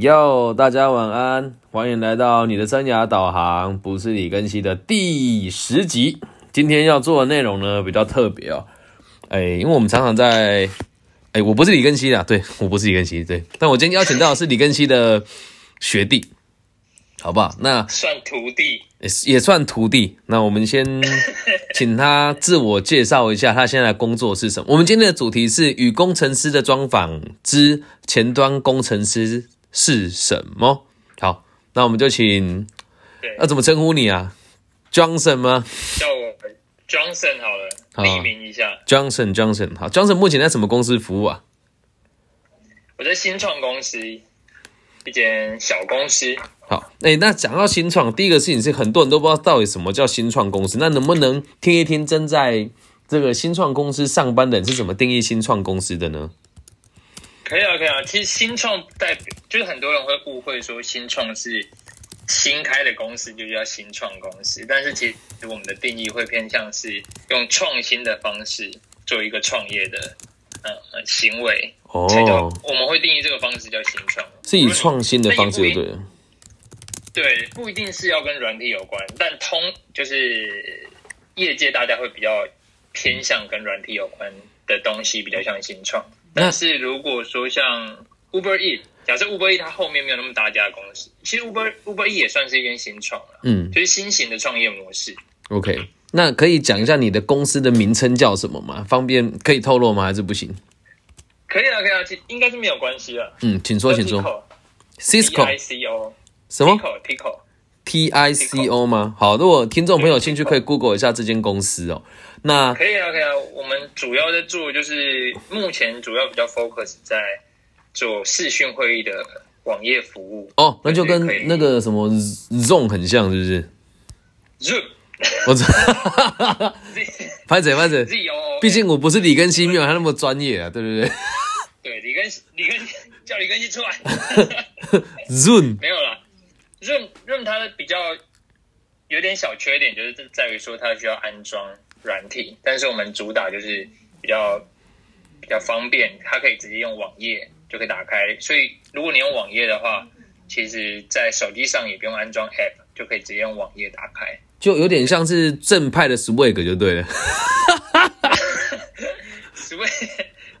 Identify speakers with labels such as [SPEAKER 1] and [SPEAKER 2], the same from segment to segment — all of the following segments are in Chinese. [SPEAKER 1] 哟，大家晚安，欢迎来到你的生涯导航，不是李根熙的第十集。今天要做的内容呢比较特别哦，哎，因为我们常常在，哎，我不是李根熙啦，对我不是李根熙，对，但我今天邀请到的是李根熙的学弟，好不好？那
[SPEAKER 2] 算徒弟，
[SPEAKER 1] 也是也算徒弟。那我们先请他自我介绍一下，他现在的工作是什么？我们今天的主题是与工程师的专访之前端工程师是什么？好，那我们就请
[SPEAKER 2] 对
[SPEAKER 1] 要怎么称呼你啊？Johnson 吗
[SPEAKER 2] 叫我 Johnson 好了，
[SPEAKER 1] 好
[SPEAKER 2] 匿名一下。
[SPEAKER 1] ？Johnson Johnson 好，Johnson 目前在什么公司服务啊？
[SPEAKER 2] 我在新创公司，一间小公司，
[SPEAKER 1] 好，哎、那讲到新创，第一个事情是很多人都不知道到底什么叫新创公司，那能不能听一听正在这个新创公司上班的人是怎么定义新创公司的呢？
[SPEAKER 2] 可以啊，可以啊。其实新创代表就是很多人会误会说新创是新开的公司就叫新创公司，但是其实我们的定义会偏向是用创新的方式做一个创业的呃行为，
[SPEAKER 1] 哦，
[SPEAKER 2] 所以叫我们会定义这个方式叫新创，
[SPEAKER 1] 是以创新的方式
[SPEAKER 2] 那
[SPEAKER 1] 就
[SPEAKER 2] 也不
[SPEAKER 1] 对
[SPEAKER 2] 一
[SPEAKER 1] 了。
[SPEAKER 2] 对，不一定是要跟软体有关，但通就是业界大家会比较偏向跟软体有关的东西，比较像新创。
[SPEAKER 1] 那
[SPEAKER 2] 但是如果说像 Uber E，假设 Uber E 它后面没有那么大家的公司，其实 Uber Uber E 也算是一间新创了，
[SPEAKER 1] 嗯
[SPEAKER 2] 就是新型的创业模式。
[SPEAKER 1] ，OK，那可以讲一下你的公司的名称叫什么吗？方便可以透露吗？还是不行？
[SPEAKER 2] 可以啊，可以啊，其应该是没有关系了。
[SPEAKER 1] 嗯，请说，请说。
[SPEAKER 2] ，Cisco，I
[SPEAKER 1] Cisco
[SPEAKER 2] C O，
[SPEAKER 1] 什么
[SPEAKER 2] Tico，
[SPEAKER 1] ？T I C O 吗？好，如果听众朋友有兴趣，
[SPEAKER 2] Cisco
[SPEAKER 1] 可以 Google 一下这间公司哦。那
[SPEAKER 2] 可以啊，可以啊。我们主要在做就是目前主要比较 focus 在做视讯会议的网页服务
[SPEAKER 1] 哦，那就
[SPEAKER 2] 可以可
[SPEAKER 1] 跟
[SPEAKER 2] 以
[SPEAKER 1] 那个什么 Zone 很像，是不是？
[SPEAKER 2] ，Zoom
[SPEAKER 1] 我知，
[SPEAKER 2] Z
[SPEAKER 1] 拍谁拍谁？
[SPEAKER 2] Z O O，
[SPEAKER 1] 毕竟我不是李根希，没有他那么专业啊，对不对
[SPEAKER 2] 对李根李根叫李根熙 出 来，
[SPEAKER 1] ？Zoom
[SPEAKER 2] 没有啦。Zoom Zoom 它的比较有点小缺点就是在于说它需要安装软体，但是我们主打就是比较比较方便，它可以直接用网页就可以打开。所以如果你用网页的话，其实在手机上也不用安装 App，就可以直接用网页打开。
[SPEAKER 1] 就有点像是正派的 Swag 就对了。
[SPEAKER 2] Swag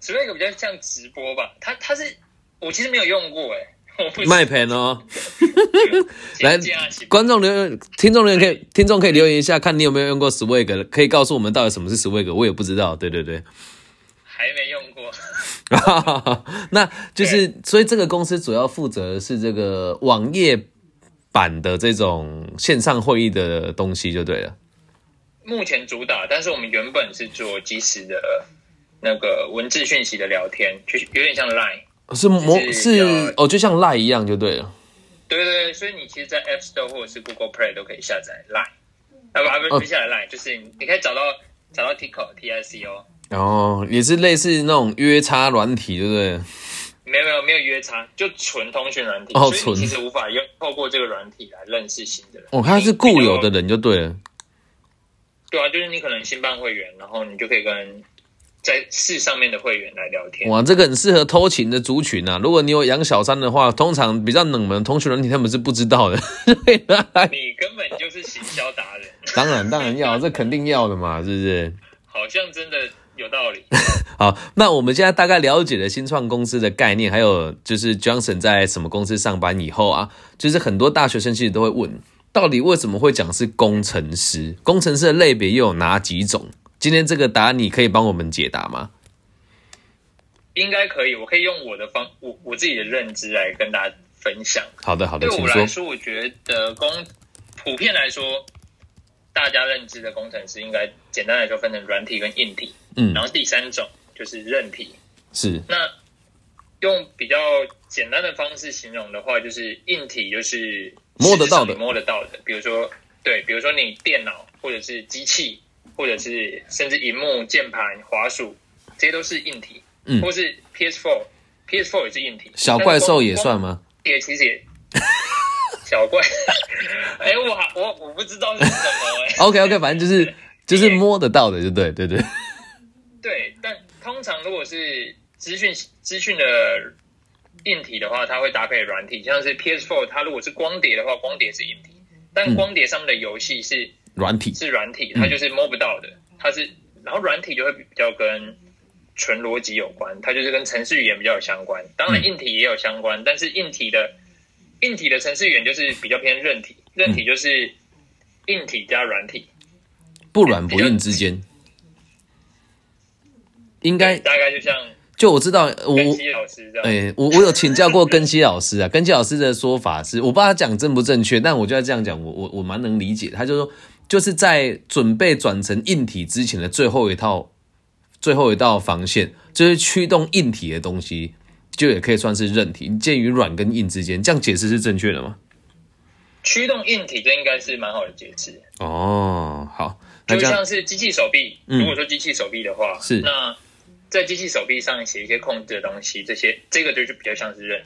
[SPEAKER 2] Swag 比较像直播吧，它它是我其实没有用过哎、我不
[SPEAKER 1] 卖盆哦，来
[SPEAKER 2] 来
[SPEAKER 1] 观众留言，听众留言可以，听众可以留言一下，看你有没有用过 Swag，可以告诉我们到底什么是 Swag，我也不知道。对对 对，
[SPEAKER 2] 还没用过。
[SPEAKER 1] 那就是所以这个公司主要负责的是这个网页版的这种线上会议的东西就对了。
[SPEAKER 2] 目前主打，但是我们原本是做即时的那个文字讯息的聊天，就是有点像 Line。
[SPEAKER 1] 是模
[SPEAKER 2] 就是
[SPEAKER 1] 是
[SPEAKER 2] 要
[SPEAKER 1] 哦，就像赖一样就对了。
[SPEAKER 2] 对对对，所以你其实，在 App Store 或者是 Google Play 都可以下载 Line，啊不不
[SPEAKER 1] 哦
[SPEAKER 2] 不是下载 Line，就是你你可以找到找到 Tico T I C O，
[SPEAKER 1] 然后哦也是类似那种约差软体，对不对？
[SPEAKER 2] 没有没有没有约差，就纯通讯软体，
[SPEAKER 1] 哦
[SPEAKER 2] 所以
[SPEAKER 1] 纯
[SPEAKER 2] 你其实无法用透过这个软体来认识新的人。
[SPEAKER 1] 哦，他是固有的
[SPEAKER 2] 你。
[SPEAKER 1] 人就对了。
[SPEAKER 2] 对啊，就是你可能新办会员，然后你就可以跟在市上面的会员来聊天。
[SPEAKER 1] 哇，这个很适合偷情的族群啊！如果你有养小三的话，通常比较冷门的通讯软体他们是不知道的。对啊
[SPEAKER 2] 你根本就是行销达人，
[SPEAKER 1] 当然，当然要，这肯定要的嘛，是不是？
[SPEAKER 2] 好像真的有道理。
[SPEAKER 1] 好，那我们现在大概了解了新创公司的概念，还有就是 Johnson 在什么公司上班以后啊，就是很多大学生其实都会问，到底为什么会讲是工程师？工程师的类别又有哪几种？今天这个答案你可以帮我们解答吗？
[SPEAKER 2] 应该可以，我可以用我的方，我我自己的认知来跟大家分享。
[SPEAKER 1] 好的，好的，
[SPEAKER 2] 对
[SPEAKER 1] 请
[SPEAKER 2] 我
[SPEAKER 1] 说
[SPEAKER 2] 来。说，我觉得工普遍来说，大家认知的工程师应该简单来说分成软体跟硬体，
[SPEAKER 1] 嗯
[SPEAKER 2] 然，后第三种就是韧体。
[SPEAKER 1] 是
[SPEAKER 2] 那用比较简单的方式形容的话，就是硬体就是
[SPEAKER 1] 摸得到的
[SPEAKER 2] 实质上你摸得到的，比如说对，比如说你电脑或者是机器，或者是甚至荧幕、键盘、滑鼠，这些都是硬体，
[SPEAKER 1] 嗯
[SPEAKER 2] 或是 PS4。PS4 也是硬体，
[SPEAKER 1] 小怪兽也算吗？
[SPEAKER 2] 也其实也 小怪。 哎、我还我我不知道是什么哎、
[SPEAKER 1] OK OK，反正就是就是摸得到的，就对对对。
[SPEAKER 2] 对，但通常如果是资讯资讯的硬体的话，它会搭配软体，像是 PS4，它如果是光碟的话，光碟是硬体，
[SPEAKER 1] 嗯
[SPEAKER 2] 但光碟上面的游戏是、
[SPEAKER 1] 软体
[SPEAKER 2] 是软体，
[SPEAKER 1] 嗯
[SPEAKER 2] 它就是摸不到的，它是然后软体就会比较跟纯逻辑有关，它就是跟程式语言比较有相关，当
[SPEAKER 1] 嗯
[SPEAKER 2] 然硬体也有相关，但是硬体的硬体的程式语言就是比较偏韧体，韧
[SPEAKER 1] 嗯
[SPEAKER 2] 体就是硬体加软体，
[SPEAKER 1] 不软不硬之间，应该
[SPEAKER 2] 大概就像
[SPEAKER 1] 就我知道
[SPEAKER 2] 跟
[SPEAKER 1] 我。
[SPEAKER 2] 西老师这样。
[SPEAKER 1] 哎、我我有请教过根基老师啊，根基老师的说法是，我不知道他讲正不正确，但我就要这样讲，我我我蛮能理解。他就说，就是在准备转成硬体之前的最后一套，最后一道防线，就是驱动硬体的东西，就也可以算是韧体，介于软跟硬之间。这样解释是正确的吗？
[SPEAKER 2] 驱动硬体，这应该是蛮好的解释。
[SPEAKER 1] 哦，好，那
[SPEAKER 2] 就
[SPEAKER 1] 这样
[SPEAKER 2] 像是机器手臂，
[SPEAKER 1] 嗯
[SPEAKER 2] 如果说机器手臂的话，
[SPEAKER 1] 是
[SPEAKER 2] 那在机器手臂上写一些控制的东西，这些这个就是比较像是认，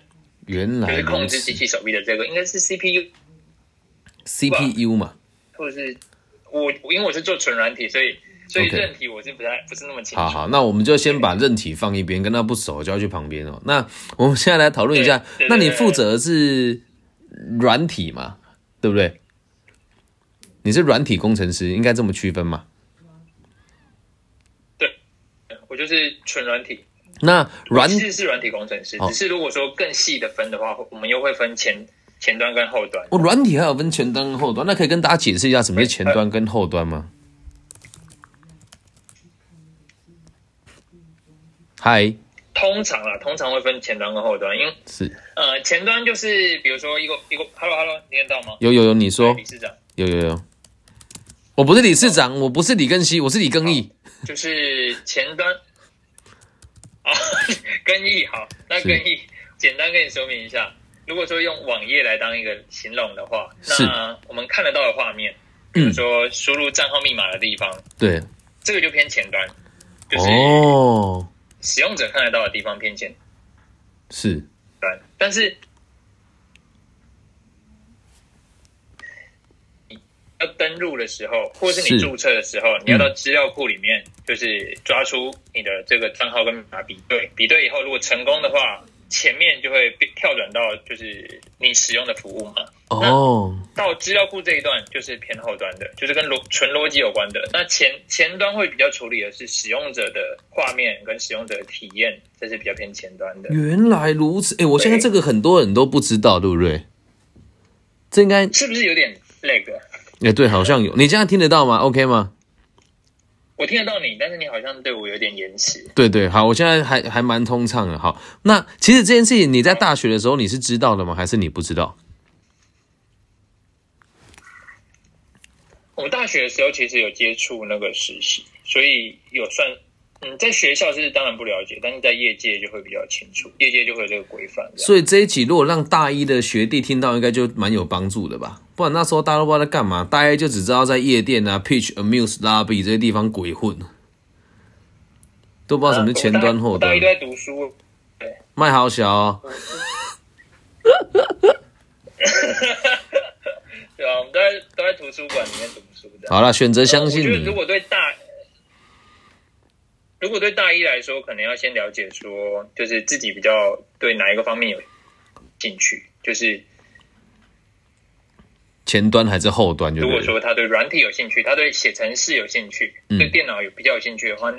[SPEAKER 1] 原
[SPEAKER 2] 就
[SPEAKER 1] 来
[SPEAKER 2] 是控
[SPEAKER 1] 如
[SPEAKER 2] 制机
[SPEAKER 1] 此
[SPEAKER 2] 器手臂的这个应该是 CPU
[SPEAKER 1] ，CPU 嘛，
[SPEAKER 2] 或者是我，因为我是做纯软体，所以所以
[SPEAKER 1] OK
[SPEAKER 2] 韧体我是不太不是那么清
[SPEAKER 1] 好
[SPEAKER 2] 楚。
[SPEAKER 1] 好，那我们就先把韧体放一边，跟他不熟就要去旁边哦。那我们现在来讨论一下
[SPEAKER 2] 对对对，
[SPEAKER 1] 那你负责的是软体嘛，对不对？你是软体工程师，应该这么区分嘛？
[SPEAKER 2] 我就是纯软体，
[SPEAKER 1] 那软
[SPEAKER 2] 其实是软体工程师，
[SPEAKER 1] 哦
[SPEAKER 2] 只是如果说更细的分的话，我们又会分前前端跟后端。
[SPEAKER 1] 哦，软体还有分前端跟后端，那可以跟大家解释一下什么是前端跟后端吗？嗨，
[SPEAKER 2] 通常啊，通常会分前端跟后端，因为
[SPEAKER 1] 是
[SPEAKER 2] 呃，前端就是比如说一个一个，hello hello，听得到吗？哎
[SPEAKER 1] 有有有，你说
[SPEAKER 2] 理事长。
[SPEAKER 1] 有有有，我不是理事长，我不是李根熙，我是李更义，
[SPEAKER 2] 就是前端 啊，更易好，那更易简单跟你说明一下。如果说用网页来当一个形容的话，
[SPEAKER 1] 是
[SPEAKER 2] 那我们看得到的画面，比
[SPEAKER 1] 嗯
[SPEAKER 2] 如说输入账号密码的地方，
[SPEAKER 1] 对，
[SPEAKER 2] 这个就偏前端，就是
[SPEAKER 1] 哦，
[SPEAKER 2] 使用者看得到的地方偏前
[SPEAKER 1] 是。
[SPEAKER 2] 端。但是要登录的时候，或是你
[SPEAKER 1] 是
[SPEAKER 2] 注册的时候，你要到资料库里面，就是抓出你的这个账号跟密码比对，比对以后如果成功的话，前面就会被跳转到就是你使用的服务嘛。
[SPEAKER 1] 哦，
[SPEAKER 2] 到资料库这一段就是偏后端的，就是跟逻纯逻辑有关的。那前前端会比较处理的是使用者的画面跟使用者的体验，这是比较偏前端的。
[SPEAKER 1] 原来如此。哎、我现在
[SPEAKER 2] 对
[SPEAKER 1] 这个很多人都不知道，对不对？这应该哎、
[SPEAKER 2] 是不是有点啊那个？
[SPEAKER 1] 对，好像有。你现在听得到吗？OK 吗？
[SPEAKER 2] 我听得到你，但是你好像对我有点延迟。
[SPEAKER 1] 对对，好，我现在还还蛮通畅的。好，那其实这件事情你在大学的时候你是知道的吗？还是你不知道？
[SPEAKER 2] 我大学的时候其实有接触那个实习，所以有算，嗯，在学校是当然不了解，但是在业界就会比较清楚，业界就会有这个规范。这样
[SPEAKER 1] 所以这一集如果让大一的学弟听到，应该就蛮有帮助的吧？不然那时候大家都不知道在干嘛，大家就只知道在夜店啊、Pitch、Amuse、Lobby 这些地方鬼混，都不知道什么是前端后
[SPEAKER 2] 我大
[SPEAKER 1] 端
[SPEAKER 2] 一。都在读书，
[SPEAKER 1] 麦好小、哦。
[SPEAKER 2] 对啊，我们都在都在图书馆里面读书的。
[SPEAKER 1] 好了，选择相
[SPEAKER 2] 我
[SPEAKER 1] 信
[SPEAKER 2] 觉得如
[SPEAKER 1] 你。
[SPEAKER 2] 果对大，如果对大一来说，可能要先了解说，就是自己比较对哪一个方面有兴趣。就是
[SPEAKER 1] 前端还是后端就
[SPEAKER 2] 如
[SPEAKER 1] 对
[SPEAKER 2] 果
[SPEAKER 1] 了。
[SPEAKER 2] 说他对软体有兴趣，他对写程式有兴趣，
[SPEAKER 1] 嗯
[SPEAKER 2] 对电脑有比较有兴趣的话，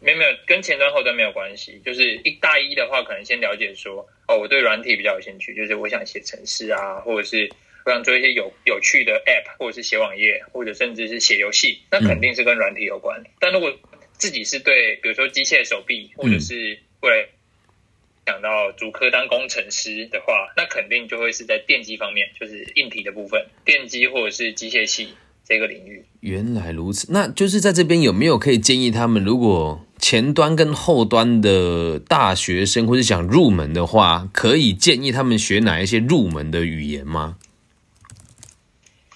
[SPEAKER 2] 没有没有跟前端后端没有关系。就是一大一的话，可能先了解说，哦，我对软体比较有兴趣，就是我想写程式啊，或者是我想做一些有有趣的 App，或者是写网页，或者甚至是写游戏，那肯定是跟软体有关。但如果自己是对，比如说机械手臂，或者是未来想到主科当工程师的话，那肯定就会是在电机方面，就是硬体的部分，电机或者是机械系这个领域。
[SPEAKER 1] 原来如此，那就是在这边有没有可以建议他们，如果前端跟后端的大学生或是想入门的话，可以建议他们学哪一些入门的语言吗？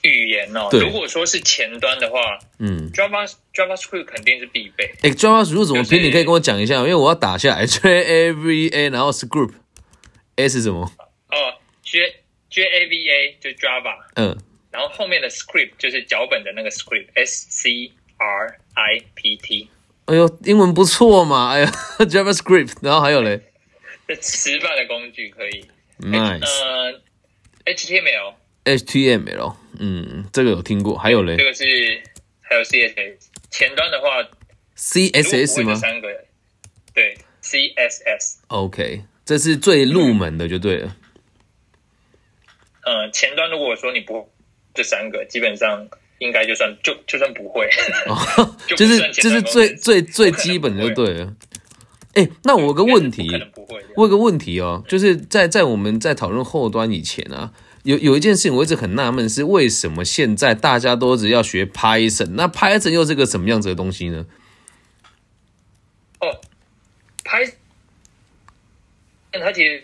[SPEAKER 2] 语言哦，
[SPEAKER 1] 对
[SPEAKER 2] 如果说是前端的话
[SPEAKER 1] 嗯，
[SPEAKER 2] ，Java JavaScript 肯定是必备。
[SPEAKER 1] 哎，JavaScript 怎么
[SPEAKER 2] 就
[SPEAKER 1] 拼？
[SPEAKER 2] 是
[SPEAKER 1] 你可以跟我讲一下，因为我要打下来 J A V A，然后 Script A 是什么？
[SPEAKER 2] 哦，J J A V A 就 Java，
[SPEAKER 1] 嗯，
[SPEAKER 2] 然后后面的 script 就是脚本的那个 script，S C R I P T。
[SPEAKER 1] 哎呦，英文不错嘛，哎呦 JavaScript，然后还有嘞，
[SPEAKER 2] 这吃饭的工具可以。
[SPEAKER 1] Nice
[SPEAKER 2] 呃，HTML
[SPEAKER 1] HTML，嗯，这个有听过，还有嘞
[SPEAKER 2] 这个是还有 CSS，前端的话如果不
[SPEAKER 1] CSS
[SPEAKER 2] 会这
[SPEAKER 1] 吗
[SPEAKER 2] 三个，对，CSS，
[SPEAKER 1] ？OK，这是最入门的就对了。
[SPEAKER 2] 呃，前端如果说你不这三个，基本上应该就算就就算不会，
[SPEAKER 1] 哦，
[SPEAKER 2] 就
[SPEAKER 1] 就
[SPEAKER 2] 不
[SPEAKER 1] 是
[SPEAKER 2] 算
[SPEAKER 1] 就
[SPEAKER 2] 简单
[SPEAKER 1] 是
[SPEAKER 2] 工
[SPEAKER 1] 最
[SPEAKER 2] 程
[SPEAKER 1] 最最
[SPEAKER 2] 不可能
[SPEAKER 1] 基本的
[SPEAKER 2] 不
[SPEAKER 1] 就
[SPEAKER 2] 会
[SPEAKER 1] 对了。哎，那我有个问题
[SPEAKER 2] 不可，能不会的。
[SPEAKER 1] 我有个问题哦，就是在在我们在讨论后端以前啊，有有一件事情我一直很纳闷，是为什么现在大家都只要学 Python，那 Python 又是个什么样子的东西呢？
[SPEAKER 2] 哦，Python 它其实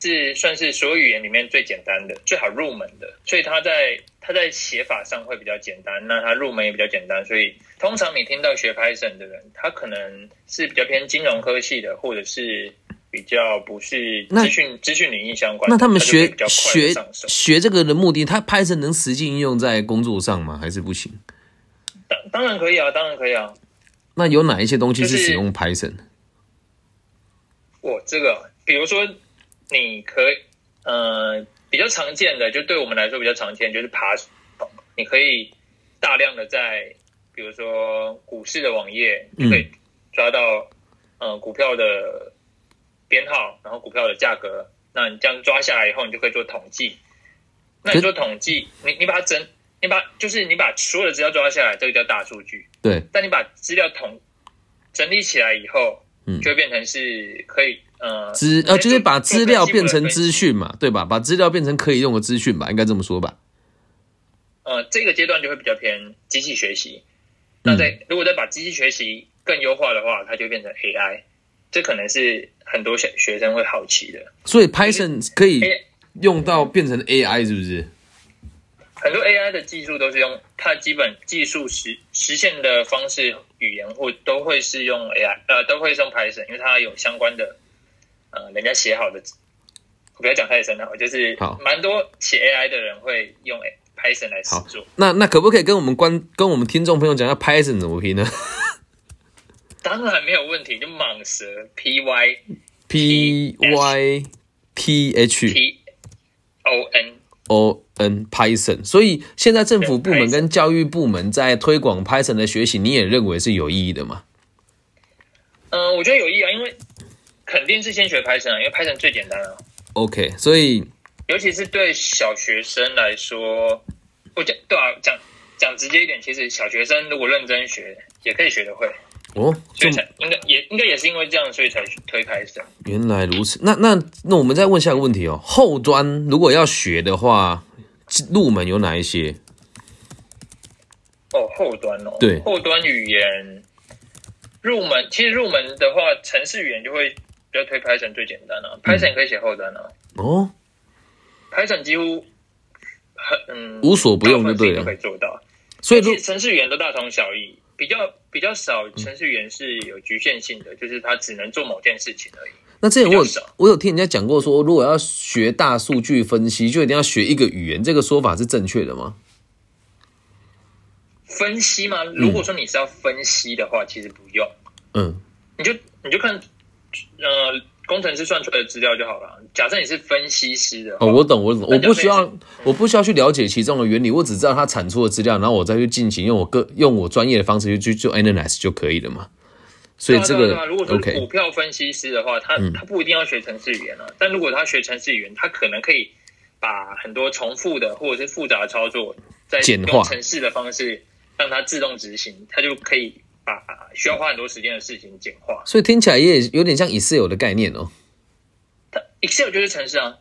[SPEAKER 2] 是算是所有语言里面最简单的、最好入门的，所以它在它在写法上会比较简单，那它入门也比较简单，所以通常你听到学 Python 的人，他可能是比较偏金融科系的，或者是比较不是
[SPEAKER 1] 那
[SPEAKER 2] 资讯资讯领域相关的，
[SPEAKER 1] 那他们
[SPEAKER 2] 就会
[SPEAKER 1] 学
[SPEAKER 2] 比较快地
[SPEAKER 1] 学
[SPEAKER 2] 上手。
[SPEAKER 1] 学这个的目的，他 Python 能实际应用在工作上吗？还是不行？
[SPEAKER 2] 当当然可以啊，当然可以啊。
[SPEAKER 1] 那有哪一些东西是
[SPEAKER 2] 就是
[SPEAKER 1] 使用 Python？
[SPEAKER 2] 我这个，比如说，你可以，呃，比较常见的，就对我们来说比较常见，就是爬虫，你可以大量的在，比如说股市的网页，
[SPEAKER 1] 嗯
[SPEAKER 2] 就可以抓到，呃，股票的编号，然后股票的价格，那你这样抓下来以后，你就可以做统计。那你
[SPEAKER 1] 可
[SPEAKER 2] 做统计，你你把它整，你把就是你把所有的资料抓下来，这个叫大数据。
[SPEAKER 1] 对，
[SPEAKER 2] 但你把资料统整理起来以后，
[SPEAKER 1] 嗯
[SPEAKER 2] 就会变成是可以呃
[SPEAKER 1] 资
[SPEAKER 2] 可
[SPEAKER 1] 呃
[SPEAKER 2] 以
[SPEAKER 1] 就是
[SPEAKER 2] 做
[SPEAKER 1] 把
[SPEAKER 2] 做
[SPEAKER 1] 资
[SPEAKER 2] 更
[SPEAKER 1] 料
[SPEAKER 2] 进一步
[SPEAKER 1] 变
[SPEAKER 2] 的
[SPEAKER 1] 成
[SPEAKER 2] 分析
[SPEAKER 1] 资讯嘛，对吧？把资料变成可以用的资讯吧，应该这么说吧。
[SPEAKER 2] 呃，这个阶段就会比较偏机器学习。
[SPEAKER 1] 嗯
[SPEAKER 2] 那在、如果再把机器学习更优化的话，它就变成 AI，这可能是很多学学生会好奇的。
[SPEAKER 1] 所以 Python 可以
[SPEAKER 2] A
[SPEAKER 1] 用到变成 AI 是不是？
[SPEAKER 2] 很多 AI 的技术都是用它基本技术实实现的方式、语言或都会是用 AI，呃，都会是用 Python，因为它有相关的呃人家写好的，我不要讲太深了，就是
[SPEAKER 1] 好
[SPEAKER 2] 蛮多写 AI 的人会用 Python 来制
[SPEAKER 1] 好
[SPEAKER 2] 作。
[SPEAKER 1] 那那可不可以跟我们观跟我们听众朋友讲一下 Python 怎么拼呢
[SPEAKER 2] 当然没有问题，就蟒蛇 P Y
[SPEAKER 1] ？P Y T H
[SPEAKER 2] T O N，
[SPEAKER 1] O N Python。所以现在政府部门
[SPEAKER 2] 对，Python
[SPEAKER 1] 跟教育部门在推广 Python 的学习，你也认为是有意义的吗？
[SPEAKER 2] 嗯、我觉得有意义啊，因为肯定是先学 Python，啊因为 Python 最简单啊。
[SPEAKER 1] OK，所以
[SPEAKER 2] 尤其是对小学生来说，我讲对啊，讲讲直接一点，其实小学生如果认真学，也可以学得会，
[SPEAKER 1] 哦，这
[SPEAKER 2] 所以
[SPEAKER 1] 么
[SPEAKER 2] 才应该也应该也是因为这样，所以才推开始。
[SPEAKER 1] 原来如此。那那那我们再问下一个问题哦，后端如果要学的话，入门有哪一些？
[SPEAKER 2] 哦，后端哦，
[SPEAKER 1] 对
[SPEAKER 2] 后端语言入门，其实入门的话，城市语言就会比较推 Python 最简单了、
[SPEAKER 1] 嗯
[SPEAKER 2] 啊、，Python 也可以写后端啊、
[SPEAKER 1] 哦，
[SPEAKER 2] p y t h o n 几乎很嗯
[SPEAKER 1] 无所不用就对了
[SPEAKER 2] 大部分事情都可以做到。
[SPEAKER 1] 所以如
[SPEAKER 2] 其实城市语言都大同小异，比较比较少城市语言是有局限性的，就是它只能做某件事情而已。
[SPEAKER 1] 那之前我有
[SPEAKER 2] 比较少
[SPEAKER 1] 我有听人家讲过说，如果要学大数据分析，就一定要学一个语言，这个说法是正确的吗？
[SPEAKER 2] 分析吗？如果说你是要分析的话，其实不用，
[SPEAKER 1] 嗯，
[SPEAKER 2] 你就你就看呃工程师算出来的资料就好了。假设你是分析师的话，
[SPEAKER 1] 哦，我懂，我懂，我
[SPEAKER 2] 那就
[SPEAKER 1] 不需
[SPEAKER 2] 类似
[SPEAKER 1] 要，我不需要去了解其中的原理，我只知道它产出的资料，然后我再去进行用我个用我专业的方式去去做 analyze 就可以了嘛。所
[SPEAKER 2] 对
[SPEAKER 1] 以
[SPEAKER 2] 啊
[SPEAKER 1] 这
[SPEAKER 2] 对啊
[SPEAKER 1] 个
[SPEAKER 2] 对啊如果说是
[SPEAKER 1] OK 嗯
[SPEAKER 2] 股票分析师的话，他他不一定要学程式语言啊，但如果他学程式语言，他可能可以把很多重复的或者是复杂的操作，在
[SPEAKER 1] 简化
[SPEAKER 2] 用程式的方式让它自动执行，他就可以把需要花很多时间的事情简化。
[SPEAKER 1] 所以听起来也有点像 Excel 的概念哦。
[SPEAKER 2] 它 Excel 就是程式啊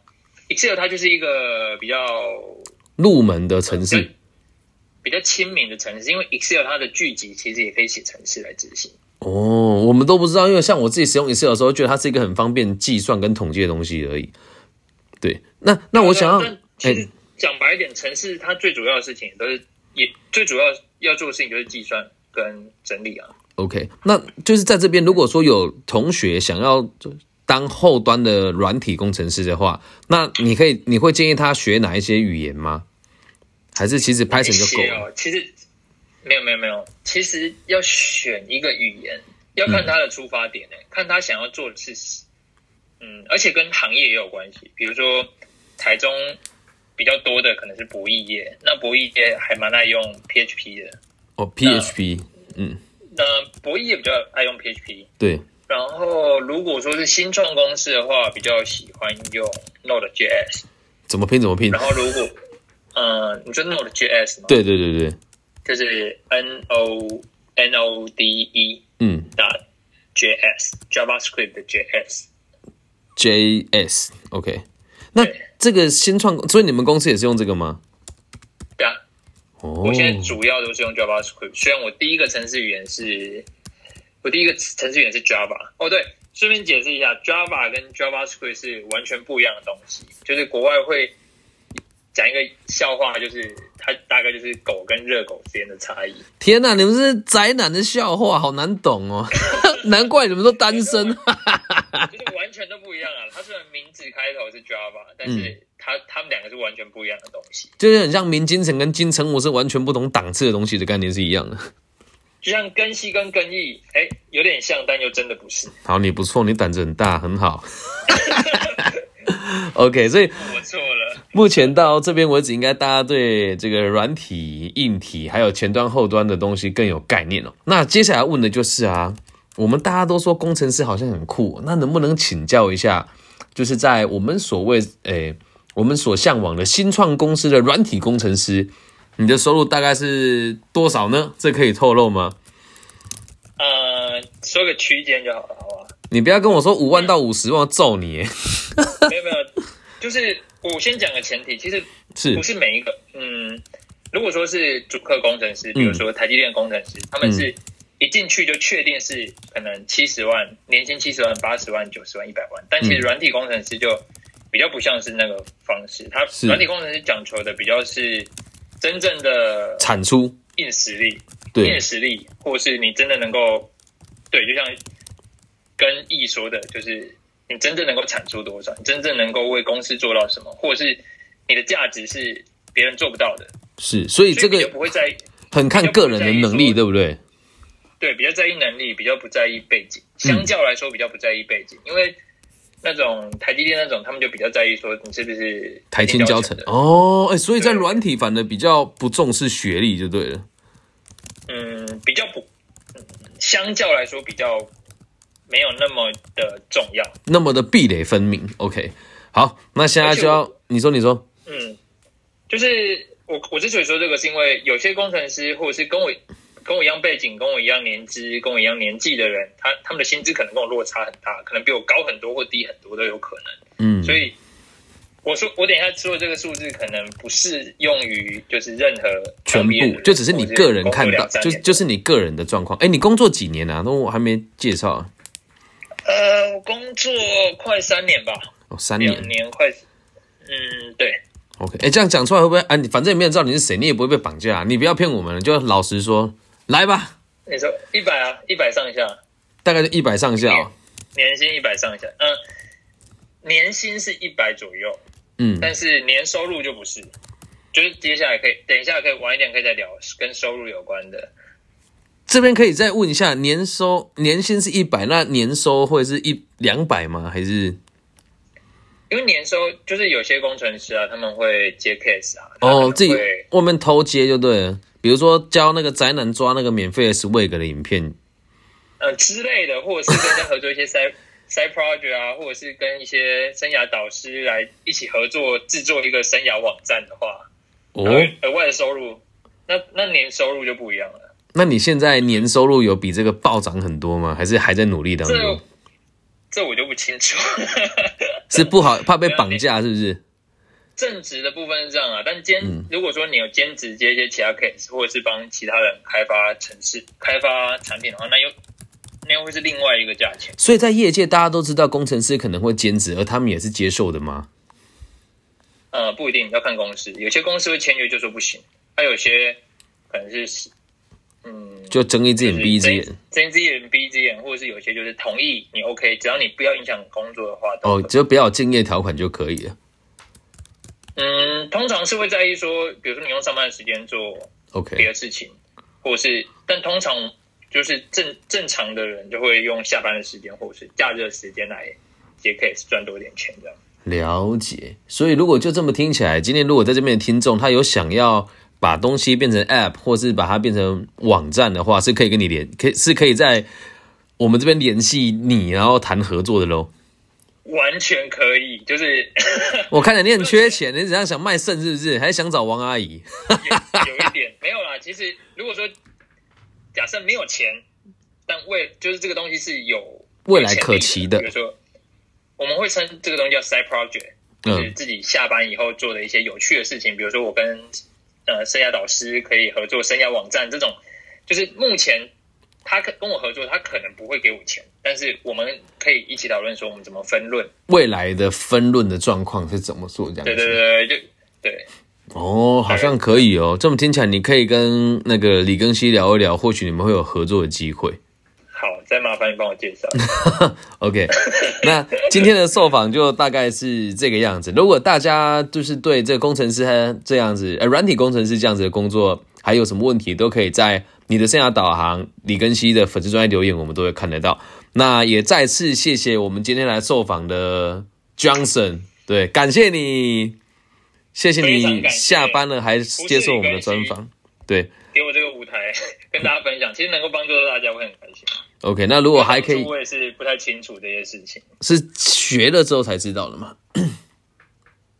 [SPEAKER 2] ，Excel 它就是一个比较
[SPEAKER 1] 入门的城
[SPEAKER 2] 比
[SPEAKER 1] 市
[SPEAKER 2] 较比较亲民的程式，因为 Excel 它的聚集其实也可以写程式来执行。
[SPEAKER 1] 哦，我们都不知道，因为像我自己使用 Excel 的时候，觉得它是一个很方便计算跟统计的东西而已。对，那那我想要哎
[SPEAKER 2] 但其实讲白一点，城市它最主要的事情都是也最主要要做的事情就是计算跟整理啊。
[SPEAKER 1] OK，那就是在这边，如果说有同学想要当后端的软体工程师的话，那你可以，你会建议他学哪一些语言吗？还是其实 Python 就够
[SPEAKER 2] 一些
[SPEAKER 1] 了？
[SPEAKER 2] 哦，其实没有没有没有，其实要
[SPEAKER 1] 嗯
[SPEAKER 2] 选一个语言，要看他的出发点呢、看他想要做的是嗯，而且跟行业也有关系。比如说台中比较多的可能是博弈业，那博弈业还蛮爱用 PHP 的，
[SPEAKER 1] 哦，PHP，嗯，
[SPEAKER 2] 那博弈也比较爱用 PHP。
[SPEAKER 1] 对，
[SPEAKER 2] 然后如果说是新创公司的话，比较喜欢用 Node.js。
[SPEAKER 1] 怎么拼怎么拼
[SPEAKER 2] 然，后如果嗯，你说 Node.js 吗？，
[SPEAKER 1] 对对对对，
[SPEAKER 2] 就是 N O N O D E
[SPEAKER 1] 嗯
[SPEAKER 2] dot JS JavaScript 的 JS。
[SPEAKER 1] ，JS，OK，、那
[SPEAKER 2] 对
[SPEAKER 1] 这个新创，所以你们公司也是用这个吗？
[SPEAKER 2] 对啊，
[SPEAKER 1] 哦，
[SPEAKER 2] 我现在主要都是用 JavaScript，虽然我第一个程式语言是，我第一个程式语言是 Java。哦，对，顺便解释一下，Java 跟 JavaScript 是完全不一样的东西。就是国外会讲一个笑话，就是它大概就是狗跟热狗之间的差异。
[SPEAKER 1] 天哪、你们是宅男的笑话，好难懂哦， 难怪你们都单身。
[SPEAKER 2] 就是完全都不一样啊！它虽然名字开头是 Java，但是它它们两个是完全不一样的东西。
[SPEAKER 1] 就是很像明金城跟金城武是完全不同档次的东西的概念是一样的。
[SPEAKER 2] 就像根系跟根义，哎、有点像，但又真的不是。
[SPEAKER 1] 好，你不错，你胆子很大，很好。OK，所以
[SPEAKER 2] 我错了，
[SPEAKER 1] 目前到这边为止，应该大家对这个软体、硬体还有前端、后端的东西更有概念了、哦那接下来问的就是啊，我们大家都说工程师好像很酷哦，那能不能请教一下，就是在我们所谓诶、我们所向往的新创公司的软体工程师，你的收入大概是多少呢？这可以透露吗？
[SPEAKER 2] 呃，说个区间就好了，好吧？
[SPEAKER 1] 你不要跟我说五万到五十万，我揍你耶！
[SPEAKER 2] 没有没有，就是我先讲个前提，其实
[SPEAKER 1] 是
[SPEAKER 2] 不是每一个，嗯，如果说是主课工程
[SPEAKER 1] 嗯
[SPEAKER 2] 师，比如说台积电工程师，他们是一进去就确定是可能七十万，年薪七十万、八十万、九十万、一百万，但其实
[SPEAKER 1] 嗯
[SPEAKER 2] 软体工程师就比较不像是那个方式，他
[SPEAKER 1] 是
[SPEAKER 2] 软体工程师讲求的比较是真正的
[SPEAKER 1] 产出，
[SPEAKER 2] 硬实力，
[SPEAKER 1] 对
[SPEAKER 2] 硬，实力，或是你真的能够，对，就像跟易说的，就是你真正能够产出多少，你真正能够为公司做到什么，或者是你的价值是别人做不到的，
[SPEAKER 1] 是，所以
[SPEAKER 2] 所
[SPEAKER 1] 哎这
[SPEAKER 2] 以比较
[SPEAKER 1] 个
[SPEAKER 2] 不会在意，
[SPEAKER 1] 很看个人的能力，对不对？
[SPEAKER 2] 对，比较在意能力，比较不在意背景，
[SPEAKER 1] 嗯
[SPEAKER 2] 相较来说比较不在意背景，因为那种台积电那种，他们就比较在意说你是不是
[SPEAKER 1] 台青教程
[SPEAKER 2] 的，
[SPEAKER 1] 哦，哎、所以在
[SPEAKER 2] 对
[SPEAKER 1] 软体反而比较不重视学历就对了，
[SPEAKER 2] 嗯，比较不，嗯相较来说比较没有那么的重要。
[SPEAKER 1] 那么的壁垒分明。OK，好，那现在就
[SPEAKER 2] 而
[SPEAKER 1] 要你说，你说，
[SPEAKER 2] 嗯，就是我我之所以说这个，是因为有些工程师或者是跟我跟我一样背景、跟我一样年资、跟我一样年纪的人，他他们的薪资可能跟我落差很大，可能比我高很多或低很多都有可能。
[SPEAKER 1] 嗯，
[SPEAKER 2] 所以我说我等一下说的这个数字，可能不适用于就是任何
[SPEAKER 1] 全
[SPEAKER 2] 刚毕业的
[SPEAKER 1] 部
[SPEAKER 2] 人
[SPEAKER 1] 就只是你个人看到
[SPEAKER 2] 或，者
[SPEAKER 1] 就是
[SPEAKER 2] 工作两三年
[SPEAKER 1] 就是你个人的状况。哎、你工作几年啊？那我还没介绍啊，
[SPEAKER 2] 呃，我工作快三年吧，
[SPEAKER 1] 哦，三
[SPEAKER 2] 两
[SPEAKER 1] 年。
[SPEAKER 2] 年快，嗯，对。
[SPEAKER 1] OK，哎、这样讲出来会不会啊？你反正也没人知道你是谁，你也不会被绑架、啊。你不要骗我们了，就老实说，来吧，
[SPEAKER 2] 你说一百啊，一百上下，
[SPEAKER 1] 大概就一百上下、哦。
[SPEAKER 2] 年薪一百上下，嗯、年薪是一百左右，
[SPEAKER 1] 嗯，
[SPEAKER 2] 但是年收入就不是，就是接下来可以等一下可以晚一点可以再聊跟收入有关的。
[SPEAKER 1] 这边可以再问一下，年收年薪是一百，那年收会是一两百吗？还是
[SPEAKER 2] 因为年收就是有些工程师啊，他们会接 case 啊，他
[SPEAKER 1] 哦
[SPEAKER 2] 们
[SPEAKER 1] 自己
[SPEAKER 2] 会
[SPEAKER 1] 外面偷接就对了？比如说教那个宅男抓那个免费的 swag 的影片，
[SPEAKER 2] 呃之类的，或者是跟人家合作一 些 side side project 啊，或者是跟一些生涯导师来一起合作制作一个生涯网站的话，
[SPEAKER 1] 哦，
[SPEAKER 2] 然后额外的收入，那那年收入就不一样了。
[SPEAKER 1] 那你现在年收入有比这个暴涨很多吗？还是还在努力当中
[SPEAKER 2] 这？这我就不清楚。
[SPEAKER 1] 是不好怕被绑架是不是？
[SPEAKER 2] 正职的部分是这样啊，但兼、如果说你有兼职接一些其他 case，或者是帮其他人开发城市、开发产品的话，那又那又会是另外一个价钱。
[SPEAKER 1] 所以在业界大家都知道工程师可能会兼职，而他们也是接受的吗？
[SPEAKER 2] 呃，不一定要看公司，有些公司会签约就说不行，还有些可能是嗯，
[SPEAKER 1] 就睁一只眼闭一只
[SPEAKER 2] 睁
[SPEAKER 1] 眼。
[SPEAKER 2] 睁只眼闭一只眼，或者是有些就是同意你 OK，只要你不要影响工作的话，都
[SPEAKER 1] 哦，只要不要有敬业条款就可以了。
[SPEAKER 2] 嗯，通常是会在意说，比如说你用上班的时间做
[SPEAKER 1] OK，
[SPEAKER 2] 别的事情，或者是，但通常就是正正常的人就会用下班的时间或者是假日的时间来也可以赚多一点钱这样。
[SPEAKER 1] 了解。所以如果就这么听起来，今天如果在这边的听众他有想要把东西变成 App 或是把它变成网站的话，是可以跟你联，可以是可以在我们这边联系你，然后谈合作的喽。
[SPEAKER 2] 完全可以，就是
[SPEAKER 1] 我看着你很缺钱，你怎样想卖肾是不是？还想找王阿姨？
[SPEAKER 2] 有有一点没有啦。其实如果说假设没有钱，但为就是这个东西是有
[SPEAKER 1] 未来可期的
[SPEAKER 2] 比如说我们会称这个东西叫 side project，就是
[SPEAKER 1] 嗯
[SPEAKER 2] 自己下班以后做的一些有趣的事情，比如说我跟呃生涯导师可以合作生涯网站这种，就是目前他可跟我合作，他可能不会给我钱，但是我们可以一起讨论说我们怎么分论，
[SPEAKER 1] 未来的分论的状况是怎么做？这样子
[SPEAKER 2] 对对对对，就对。
[SPEAKER 1] 哦，好像可以哦。这么听起来，你可以跟那个李庚希聊一聊，或许你们会有合作的机会。
[SPEAKER 2] 好，再麻烦你帮我介绍。
[SPEAKER 1] OK，那 今天的受访就大概是这个样子。如果大家就是对这个工程师他这样子，呃，软体工程师这样子的工作，还有什么问题，都可以在你的生涯导航李根熙的粉丝专业留言，我们都会看得到。那也再次谢谢我们今天来受访的 Johnson，对，感谢你，谢谢
[SPEAKER 2] 非常
[SPEAKER 1] 你
[SPEAKER 2] 感谢
[SPEAKER 1] 下班了还接受我们的专
[SPEAKER 2] 不是李根
[SPEAKER 1] 访，对。
[SPEAKER 2] 给我这个舞台跟大家分享，其实能够帮助到大家，我会很开心。
[SPEAKER 1] OK，那如果还可
[SPEAKER 2] 当
[SPEAKER 1] 以
[SPEAKER 2] 初我也是不太清楚这些事情。
[SPEAKER 1] 是学了之后才知道的嘛？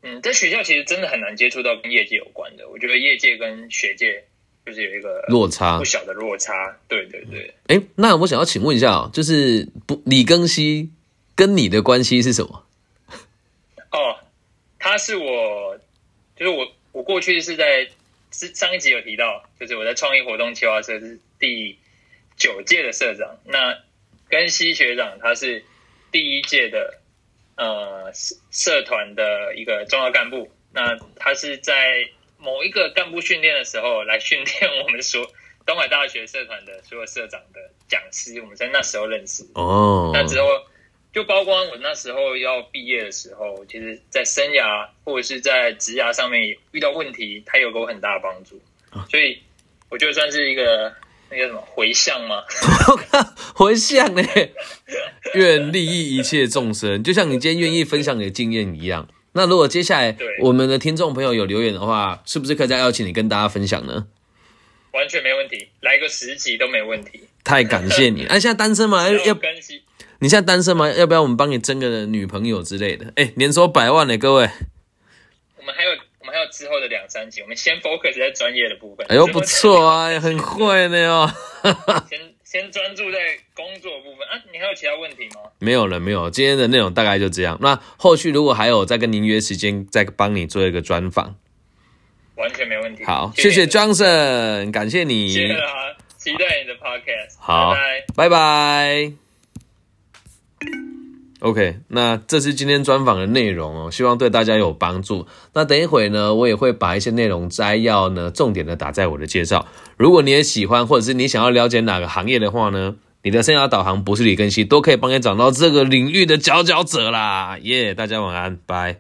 [SPEAKER 2] 嗯，在学校其实真的很难接触到跟业界有关的，我觉得业界跟学界就是有一个
[SPEAKER 1] 落差
[SPEAKER 2] 不。小的落差。对对对，
[SPEAKER 1] 哎、那我想要请问一下哦，就是不李庚希跟你的关系是什么？
[SPEAKER 2] 哦，他是我，就是我，我过去是在是上一集有提到，就是我在创意活动企划社是第九届的社长，那跟西学长他是第一届的呃社社团的一个重要干部，那他是在某一个干部训练的时候来训练我们所东海大学社团的所有社长的讲师，我们在那时候认识。
[SPEAKER 1] 哦，
[SPEAKER 2] 那之后就包括我那时候要毕业的时候，其实在生涯或者是在职涯上面遇到问题，他有给我很大的帮助，
[SPEAKER 1] 啊
[SPEAKER 2] 所以我觉得算是一个那个什么回向嘛。
[SPEAKER 1] 哦回向呢， 愿利益一切众生，就像你今天愿意分享你的经验一样。那如果接下来
[SPEAKER 2] 对
[SPEAKER 1] 我们的听众朋友有留言的话，是不是可以再邀请你跟大家分享呢？
[SPEAKER 2] 完全没问题，来个十集都没问题。
[SPEAKER 1] 太感谢你！哎、现在单身吗？
[SPEAKER 2] 然
[SPEAKER 1] 要
[SPEAKER 2] 后
[SPEAKER 1] 要
[SPEAKER 2] 跟西
[SPEAKER 1] 你现在单身吗？要不要我们帮你争个女朋友之类的？哎、年收百万呢、各位。
[SPEAKER 2] 我们还有我们还有之后的两三集，我们先 focus 在专业的部分。
[SPEAKER 1] 哎呦，不错啊，很会呢哦。
[SPEAKER 2] 先先专注在工作部分啊。你还有其他问题吗？
[SPEAKER 1] 没有了，没有了，今天的内容大概就这样。那后续如果还有，再跟您约时间，再帮你做一个专访。
[SPEAKER 2] 完全没问题。
[SPEAKER 1] 好，谢谢
[SPEAKER 2] 你
[SPEAKER 1] Johnson，感谢你，
[SPEAKER 2] 谢谢啦，期待你的 podcast。
[SPEAKER 1] 好
[SPEAKER 2] 拜
[SPEAKER 1] 拜
[SPEAKER 2] 拜。
[SPEAKER 1] 拜。OK，那这是今天专访的内容哦，希望对大家有帮助。那等一会呢，我也会把一些内容摘要呢，重点的打在我的介绍。如果你也喜欢，或者是你想要了解哪个行业的话呢，你的生涯导航不是李根熙，都可以帮你找到这个领域的佼佼者啦。耶、大家晚安，拜。